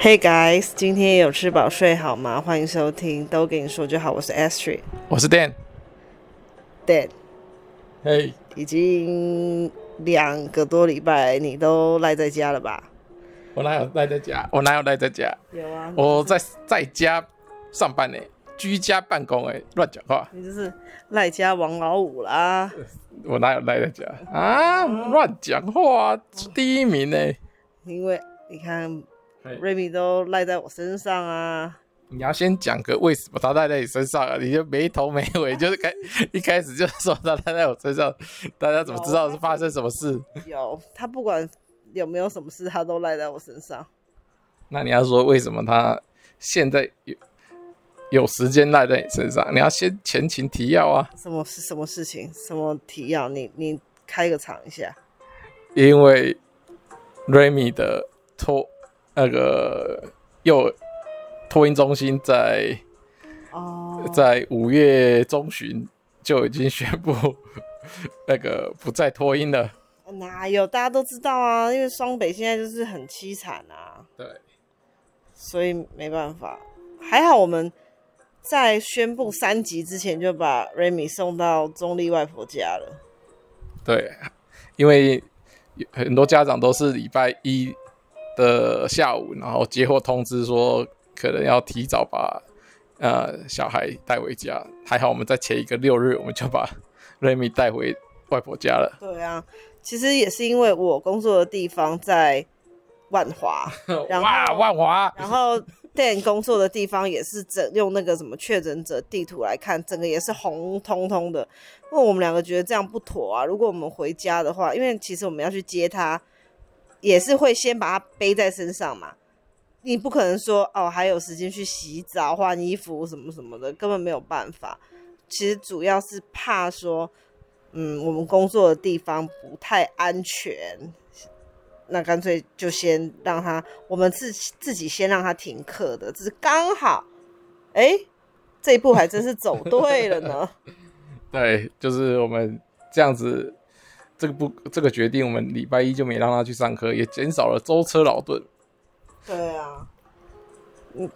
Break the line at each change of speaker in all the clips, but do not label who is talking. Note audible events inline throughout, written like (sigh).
Hey guys，今天有吃饱睡好吗？欢迎收听，都跟你说就好。我是 Astrid
我是 Dan。
Dead，
嘿，
已经两个多礼拜，你都赖在家了吧？
我哪有待在家？我哪有待在家？
有啊，
我在在家上班呢、居家办公哎、乱讲话！
你就是赖家王老五啦。
我哪有待在家啊？乱讲话、第一名呢、
因为你看
嘿
瑞米都赖在我身上啊，
你要先讲个为什么他赖在你身上啊？你就没头没尾，就是开 (laughs) 一开始就说他赖在我身上，大家怎么知道是发生什么事？
有他不管有没有什么事，他都赖在我身上。
那你要说为什么他现在有有时间赖在你身上？你要先前情提要啊。
什么是什么事情？什么提要？你你开个场一下。
因为 Remy 的托那个幼托婴中心在
哦
在五月中旬就已经宣布 (laughs) 那个不再托婴了。
哪有？大家都知道啊，因为双北现在就是很凄惨啊，
对，
所以没办法。还好我们在宣布三级之前就把 Remy 送到中立外婆家了。
对，因为有很多家长都是礼拜一的下午，然后接获通知说可能要提早把呃小孩带回家。还好我们在前一个六日我们就把 Remy 带回外婆家了。
对啊，其实也是因为我工作的地方在万华，然后
哇，万华，
然后 Dan 工作的地方也是整用那个什么确诊者地图来看，整个也是红彤彤的。因为我们两个觉得这样不妥啊，如果我们回家的话，因为其实我们要去接他，也是会先把他背在身上嘛。你不可能说哦，还有时间去洗澡、换衣服什么什么的，根本没有办法。其实主要是怕说，嗯，我们工作的地方不太安全，那干脆就先让他，我们自自己先让他停课的，只是刚好，哎、这一步还真是走对了 (laughs) 呢。
对，就是我们这样子，这个不这个决定，我们礼拜一就没让他去上课，也减少了舟车劳顿。
对啊，嗯，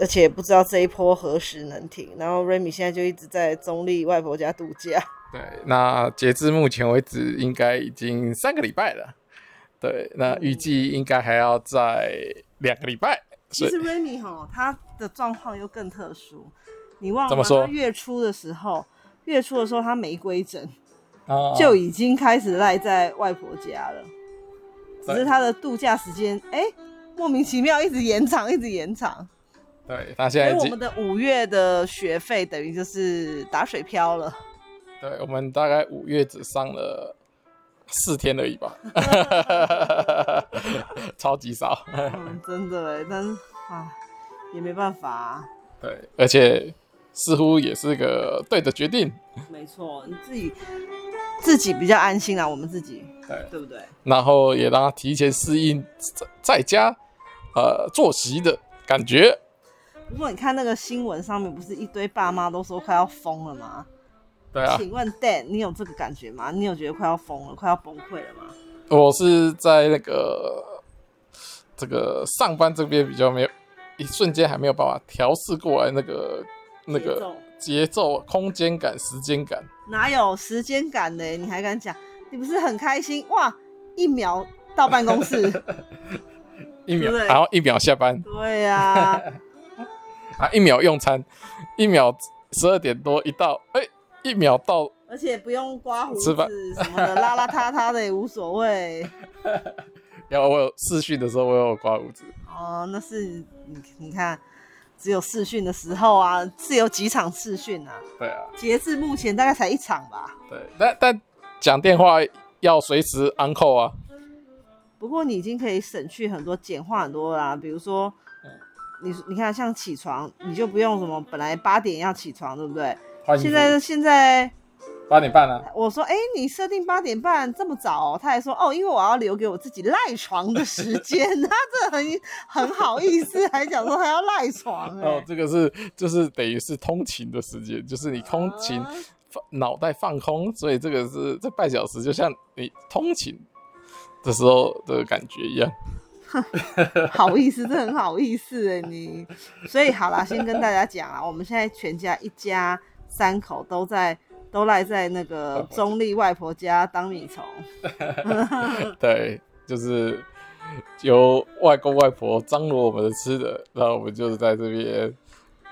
而且不知道这一波何时能停。然后 Remy 现在就一直在中立外婆家度假，
对，那截至目前为止，应该已经三个礼拜了。对，那预计应该还要在两个礼拜。
(laughs) 其
所以
实 Remy 哈，他的状况又更特殊。你忘了
怎么说
他月初的时候，月初的时候他玫瑰疹
啊
就已经开始赖在外婆家了，只是
对
他的度假时间哎、莫名其妙一直延长，一直延长。
对，他现
所以
在已
我
经
们的五月的学费等于就是打水漂了。
对我们大概五月只上了四天而
(laughs)
已吧，超级
(laughs)
少。
嗯，真的哎，但是啊，也没办法、啊。
对，而且似乎也是个对的决定。
没错，你自己自己比较安心啊，我们自己
对，
对不对？
然后也让他提前适应在在家呃作息的感觉。
不过你看那个新闻上面，不是一堆爸妈都说快要疯了吗？
对啊，
请问 Dan，你有这个感觉吗？你有觉得快要疯了、快要崩溃了吗？
我是在那个这个上班这边比较没有，一瞬间还没有办法调试过来那个那
节
个
奏
节奏、空间感、时间感。
哪有时间感呢？你还敢讲？你不是很开心哇？一秒到办公
(laughs)
室，
一秒，
对不对
然后一秒下班，
对呀、啊。
啊，一秒用餐，一秒十二点多一到，哎、一秒到
而且不用刮胡
吃
子
饭
什么的，邋邋遢遢的也无所谓。
然后哎我有视讯的时候，我有刮胡子。
哦，那是你你看，只有试训的时候啊，是有几场试训啊，
对啊，
截至目前大概才一场吧。
对，但但讲电话要随时 uncle 啊。
不过你已经可以省去很多，简化很多啦、比如说，你你看像起床，你就不用什么本来八点要起床，对不对？现在现在
八点半啊，
我说，哎、你设定八点半这么早、哦？他还说，哦，因为我要留给我自己赖床的时间。 (laughs) 他这很很好意思，还讲说他要赖床、哎、
哦，这个是就是等于是通勤的时间，就是你通勤
啊
放脑袋放空，所以这个是这半小时就像你通勤的时候的感觉一样。
好意思，这很好意思哎、你。所以好啦，先跟大家讲啊，我们现在全家一家三口都在都赖在那个中立外婆家当米虫。
对，就是由外公外婆张罗我们的吃的，然后我们就是在这边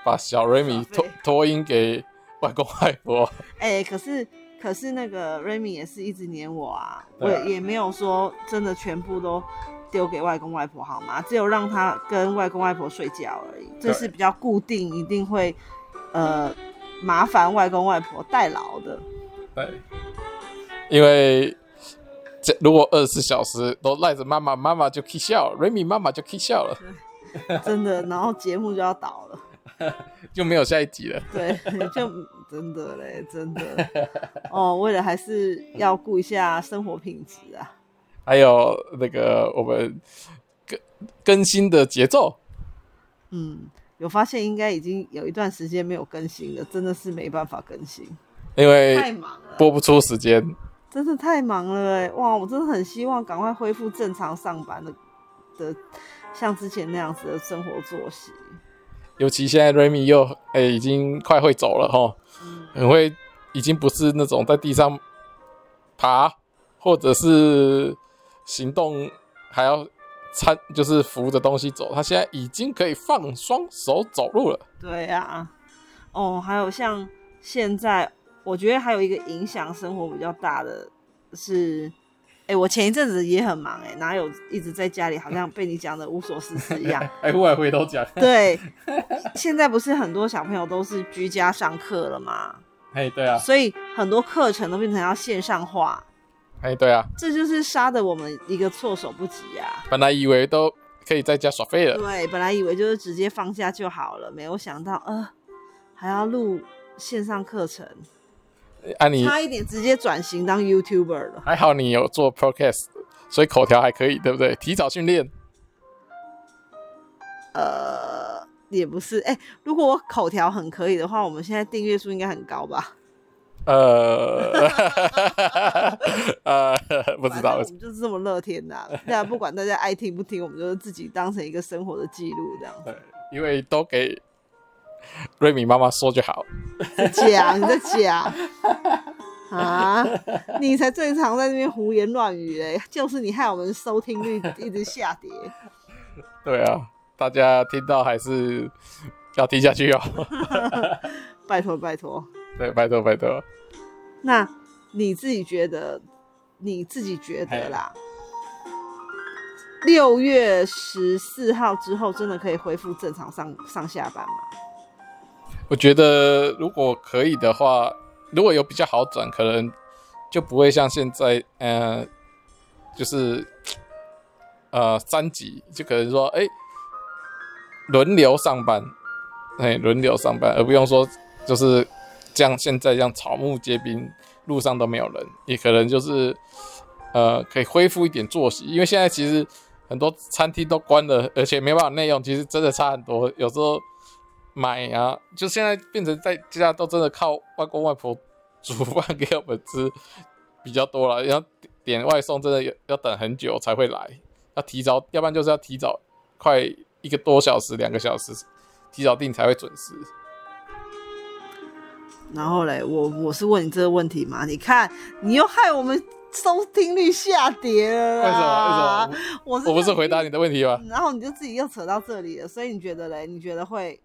把小瑞米
耍
托
废
托音给外公外婆。
哎、可是可是那个 Remy 也是一直黏我啊，我
对啊
也也没有说真的全部都丢给外公外婆好吗？只有让他跟外公外婆睡觉而已，这
对
是比较固定，一定会呃麻烦外公外婆代劳
(laughs)
的。
对，哎因为这如果二十四小时都赖着妈妈，妈妈就 k 笑，瑞米妈妈就 k
(laughs)
笑了，
真的，然后节目就要倒了，
就没有下一集了。
对， (laughs) 就真的嘞，真
(laughs)
的哦，为了还是要顾一下生活品质啊。
还有那个我们更更新的节奏，
嗯，有发现应该已经有一段时间没有更新了，真的是没办法更新，
因
太
为
忙了，
播不出时间。
真的太忙了哎、哇，我真的很希望赶快恢复正常上班的的，像之前那样子的生活作息。
尤其现在 Remy 又哎、已经快会走了哈，很会，已经不是那种在地上爬或者是行动还要参就是扶着东西走，他现在已经可以放双手走路了。
对啊，哦，还有像现在，我觉得还有一个影响生活比较大的是，哎、我前一阵子也很忙、哎，哪有一直在家里，好像被你讲的无所事事一
(laughs)
样。
哎，忽然回头讲，
对，现在不是很多小朋友都是居家上课了嘛，
哎，对啊，
所以很多课程都变成要线上化，
哎，对啊，
这就是杀的我们一个措手不及呀、啊。
本来以为都可以在家耍废了，
对，本来以为就是直接放下就好了，没有想到呃还要录线上课程，
啊你
差一点直接转型当 YouTuber 了。
还好你有做 podcast，所以口条还可以，对不对？提早训练，
呃，也不是，哎、如果我口条很可以的话，我们现在订阅数应该很高吧？
呃， (laughs) 呃，不
反
知
正
道
我，们就是这么乐天的、啊。那不管大家爱听不听，我们就是自己当成一个生活的记录这样子。
对，因为都给瑞米妈妈说就好。
讲，你在讲啊？你才最常在那边胡言乱语嘞，就是你害我们收听率一直下跌。 (laughs)
对啊，大家听到还是要听下去哦。
拜托拜托，
对，拜托拜托。
那你自己觉得，你自己觉得啦，六月十四号之后真的可以恢复正常上上下班吗？
我觉得如果可以的话，如果有比较好转，可能就不会像现在，呃，就是呃三级，就可能说，哎、轮流上班，哎、轮流上班，而不用说就是这样，现在这样草木皆兵，路上都没有人，也可能就是呃可以恢复一点作息，因为现在其实很多餐厅都关了，而且没办法内用，其实真的差很多，有时候。买啊，就现在变成在家都真的靠外公外婆煮饭给我们吃比较多了，然后点外送真的要要等很久才会来，要提早，要不然就是要提早快一个多小时、两个小时提早订才会准时。
然后嘞，我我是问你这个问题嘛？你看，你又害我们收听率下跌了
为什
啦。
么？为
我
什么？
是
我不是
想
回答你的问题啊吗？
然后你就自己又扯到这里了，所以你觉得嘞？你觉得会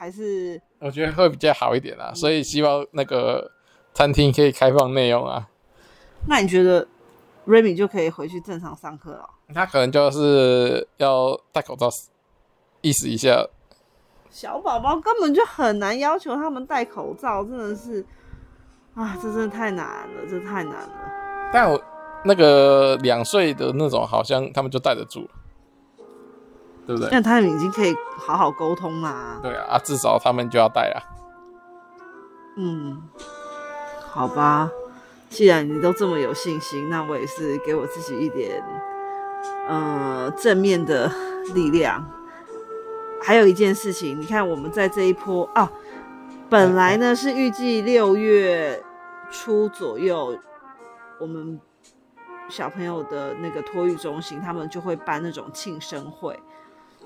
还是
我觉得会比较好一点啦，所以希望那个餐厅可以开放内容啊。
那你觉得 Remy 就可以回去正常上课了？
他可能就是要戴口罩，意思一下。
小宝宝根本就很难要求他们戴口罩，真的是啊，这真的太难了，这太难了。
但我那个两岁的那种，好像他们就带得住，对不对？
但他们已经可以好好沟通啦。
对啊，啊至少他们就要带啊。
嗯，好吧，既然你都这么有信心，那我也是给我自己一点呃正面的力量。还有一件事情，你看我们在这一波啊，本来呢是预计六月初左右，我们小朋友的那个托育中心，他们就会办那种庆生会。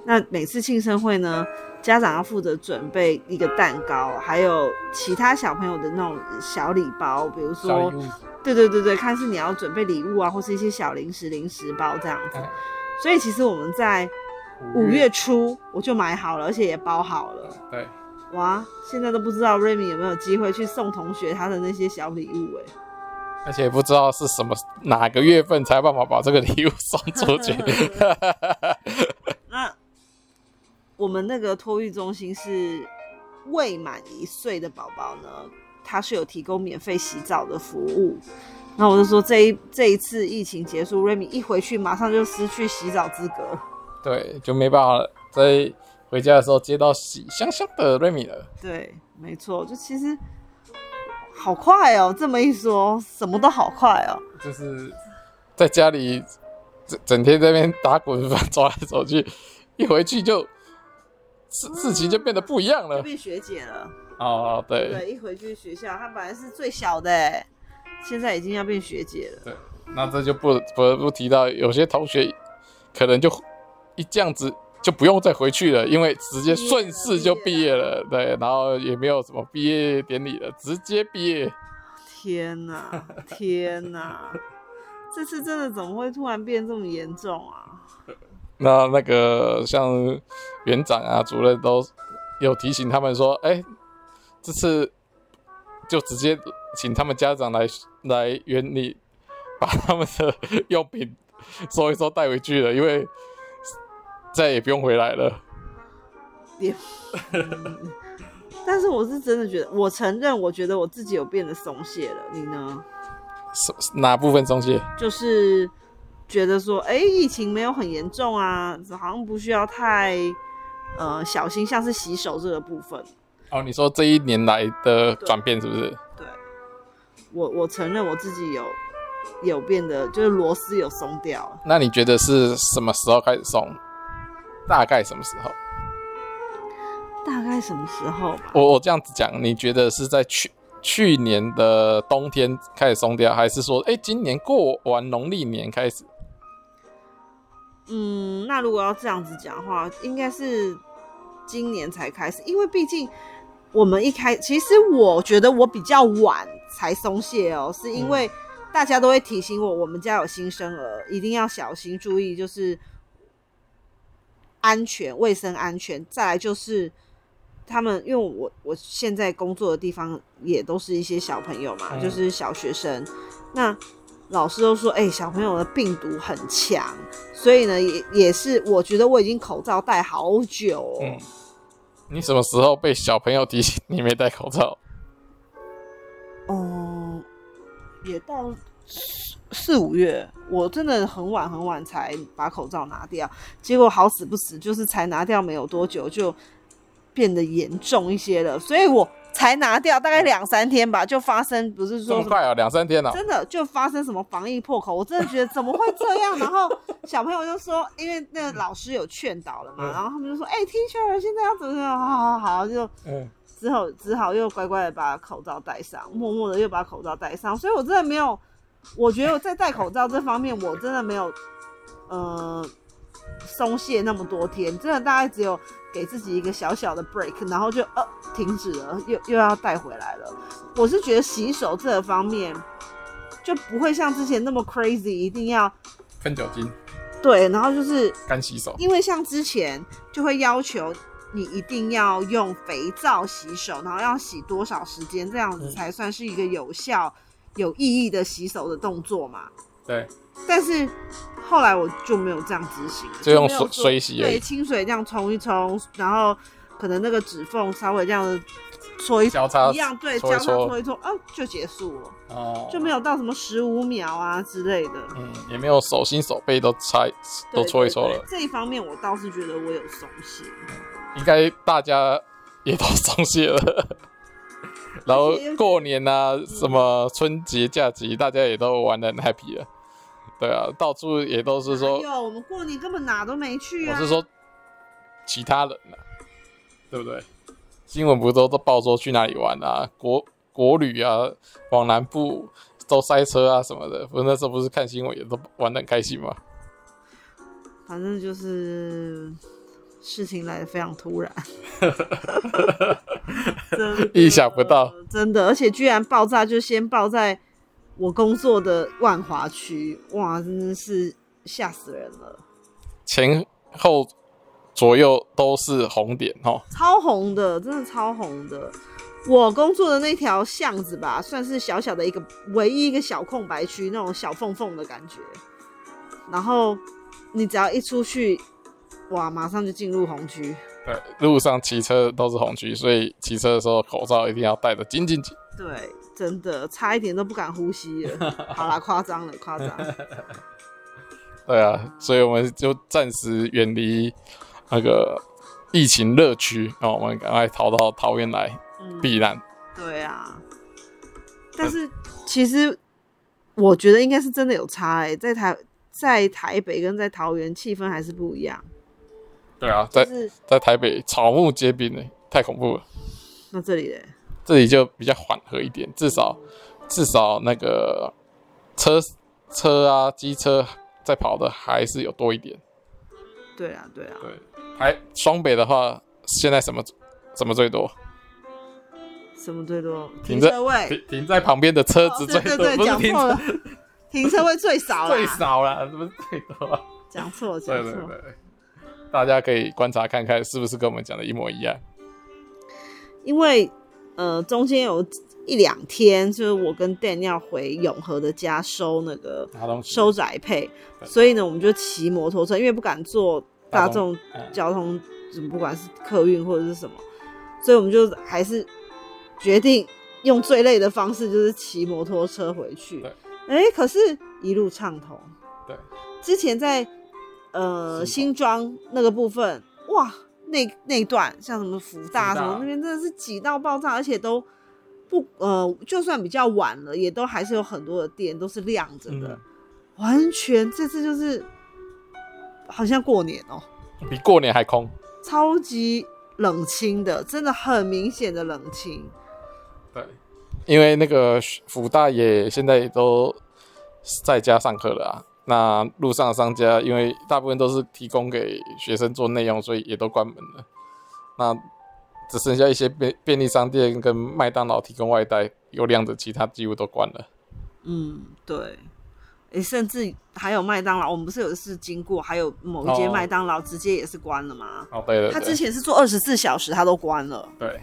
那每次庆生会呢，家长要负责准备一个蛋糕，还有其他小朋友的那种小礼包，比如
小
说
礼，物，
对对对对，看是你要准备礼物啊，或是一些小零食、零食包这样子
哎。嗯
所以其实我们在五月初我就买好了，而且也包好了。
对，
哇，现在都不知道瑞米有没有机会去送同学他的那些小礼物哎、
而且不知道是什么哪个月份才有办法把这个礼物送出去。
那我们那个托育中心是未满一岁的宝宝呢，它是有提供免费洗澡的服务。那我就说这一这一次疫情结束，瑞米一回去马上就失去洗澡资格了。
对，就没办法在回家的时候接到喜香香的瑞米了。
对，没错，就其实好快哦，这么一说，什么都好快哦。
就是在家里整整天在那边打滚 (laughs) 翻，走来走去，一回去就事事情就变得不一样
就
了。
变学姐了，
哦，对，
对，一回去学校，她本来是最小的哎，现在已经要变学姐了。
那这就不不得不提到，有些同学可能就一这样子就不用再回去了，因为直接顺势就毕业了。嗯对，然后也没有什么毕业典礼了，直接毕业。
天哪，天哪！这次真的怎么会突然变这么严重啊？
那那个像园长啊、主任都有提醒他们说，哎、这次就直接请他们家长来来园里把他们的 (laughs) 用品收一收带回去了，因为再也不用回来了。
但是我是真的觉得，我承认，我觉得我自己有变得松懈了。你呢？
是是哪部分松懈？
就是觉得说，哎、疫情没有很严重啊，好像不需要太呃小心，像是洗手这个部分。
哦，你说这一年来的转变是不是？
对，我我承认我自己有有变得，就是螺丝有松掉了。
那你觉得是什么时候开始松？大概什么时候？
大概什么时候吧？
我我这样子讲，你觉得是在去去年的冬天开始松掉，还是说，哎、今年过完农历年开始？
嗯，那如果要这样子讲的话，应该是今年才开始，因为毕竟我们一开，其实我觉得我比较晚才松懈哦，是因为大家都会提醒我，我们家有新生儿，一定要小心注意，就是安全、卫生安全，再来就是。他们因为我我现在工作的地方也都是一些小朋友嘛，
嗯
就是小学生。那老师都说，哎、小朋友的病毒很强，所以呢，也也是我觉得我已经口罩戴好久、哦，
嗯，你什么时候被小朋友提醒你没戴口罩？
嗯，也到四四五月，我真的很晚很晚才把口罩拿掉，结果好死不死，就是才拿掉没有多久就变得严重一些了，所以我才拿掉大概两三天吧，就发生不是
嗯这
说
么
什么
快啊、两三天了、
真的就发生什么防疫破口，我真的觉得怎么会这样？然后小朋友就说，因为那个老师有劝导了嘛，
嗯
然后他们就说，哎、t e a c h e r 现在要怎么样？好好好，就
嗯，
之后只好又乖乖的把口罩戴上，默默的又把口罩戴上。所以我真的没有，我觉得我在戴口罩这方面，我真的没有，呃，松懈那么多天，真的大概只有给自己一个小小的 break，然后就呃停止了，又又要带回来了。我是觉得洗手这方面就不会像之前那么 crazy，一定要
喷酒精，
对，然后就是
干洗手。
因为像之前就会要求你一定要用肥皂洗手，然后要洗多少时间，这样子
嗯
才算是一个有效、有意义的洗手的动作嘛。
对，
但是后来我就没有这样执行了，
就用
没有
水
说
水洗而已
对，清水这样冲一冲，然后可能那个指缝稍微这样子搓一
交叉
一样，对，交
搓一
叉
搓
搓一搓，啊，就结束了，
哦
就没有到什么十五秒啊之类的。
嗯，也没有手心手背都擦
对
都搓一
对
搓
对
了，
这一方面我倒是觉得我有松懈。
应该大家也都松懈了。然后过年啊，什么春节假期，大家也都玩的很 happy 了。对啊，到处也都是说
哎，呦，我们过年根本哪都没去
我
啊。
是说其他人啊，对不对？新闻不都都报说去哪里玩啊，国国旅啊，往南部都塞车啊什么的。不是那时候不是看新闻也都玩的很开心吗？
反正就是事情来的非常突
(laughs)
然，真的
意想不到，
真的，而且居然爆炸就先爆在我工作的万华区，哇，真的是吓死人了，
前后左右都是红点哦。
超红的，真的超红的。我工作的那条巷子吧，算是小小的一个唯一一个小空白区，那种小缝缝的感觉。然后你只要一出去，哇，马上就进入红区。
对，路上骑车都是红区，所以骑车的时候口罩一定要戴的紧紧紧。
对，真的差一点都不敢呼吸了。好啦，夸张了，夸张。
对啊，所以我们就暂时远离那个疫情热区，然后我们赶快逃到桃园来
嗯，
避难。
对啊。但是其实我觉得应该是真的有差哎、在台在台北跟在桃园气氛还是不一样。
对啊，在
就是
在台北草木皆兵呢、欸太恐怖了。
那这里嘞，
这里就比较缓和一点，至少至少那个车车啊、机车在跑的还是有多一点。
对啊，对啊，
对，还双北的话，现在什么什么最多？
什么最多？
停
停
在
车位。
停停在旁边的车
哦
子最
对
多，
对对，
不是
讲
停
错
车 (laughs)
了，停车位最少啦
最，少啦，不是最多啊。
(laughs) 讲错讲
对对
错。
对，大家可以观察看看是不是跟我们讲的一模一样。
因为呃中间有一两天，就是我跟 Dan 要回永和的家收那个
拿东西
收宅配，
对
所以呢，我们就骑摩托车，因为不敢坐大众
大众嗯
交通，不管是客运或者是什么，所以我们就还是决定用最累的方式，就是骑摩托车回去
对。
哎、可是一路畅通。
对，
之前在呃
新
新庄那个部分，哇，那那一段像什么福大
福大
什么那边真的是挤到爆炸，而且都不呃，就算比较晚了，也都还是有很多的店都是亮着的，
嗯
完全这次就是好像过年哦、
嗯比过年还空。
超级冷清的，真的很明显的冷清。
对，因为那个福大也现在也都在家上课了啊。那路上的商家，因为大部分都是提供给学生做内容，所以也都关门了。那只剩下一些便便利商店跟麦当劳提供外带，有量的其他几乎都关了。
嗯，对。诶，甚至还有麦当劳，我们不是有一次经过，还有某一间
哦
麦当劳直接也是关了吗？
哦，对对对，
他之前是做二十四小时，他都关了。
对，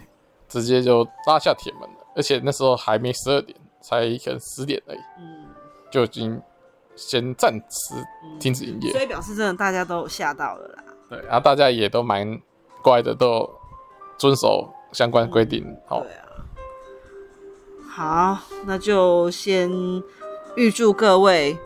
直接就拉下铁门了。而且那时候还没十二点，才可能十点而已，
嗯，
就已经先暂时停止营业。
所以表示真的大家都有吓到了啦。
对，然后大家也都蛮乖的，都有遵守相关规定。哦好、
对啊。好，那就先预祝各位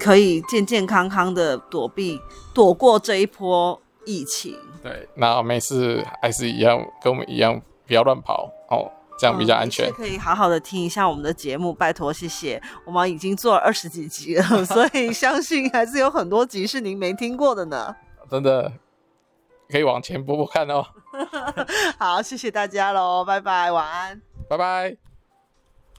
可以健健康康的躲避、躲过这一波疫情。
对，那没事，还是一样，跟我们一样，不要乱跑哦，这样比较
嗯
安全
还是。可以好好的听一下我们的节目，拜托，谢谢。我们已经做了二十几集了， (laughs) 所以相信还是有很多集是您没听过的呢。 (laughs)
真的可以往前拨拨看哦。
好，谢谢大家喽，拜拜，晚安。
拜拜。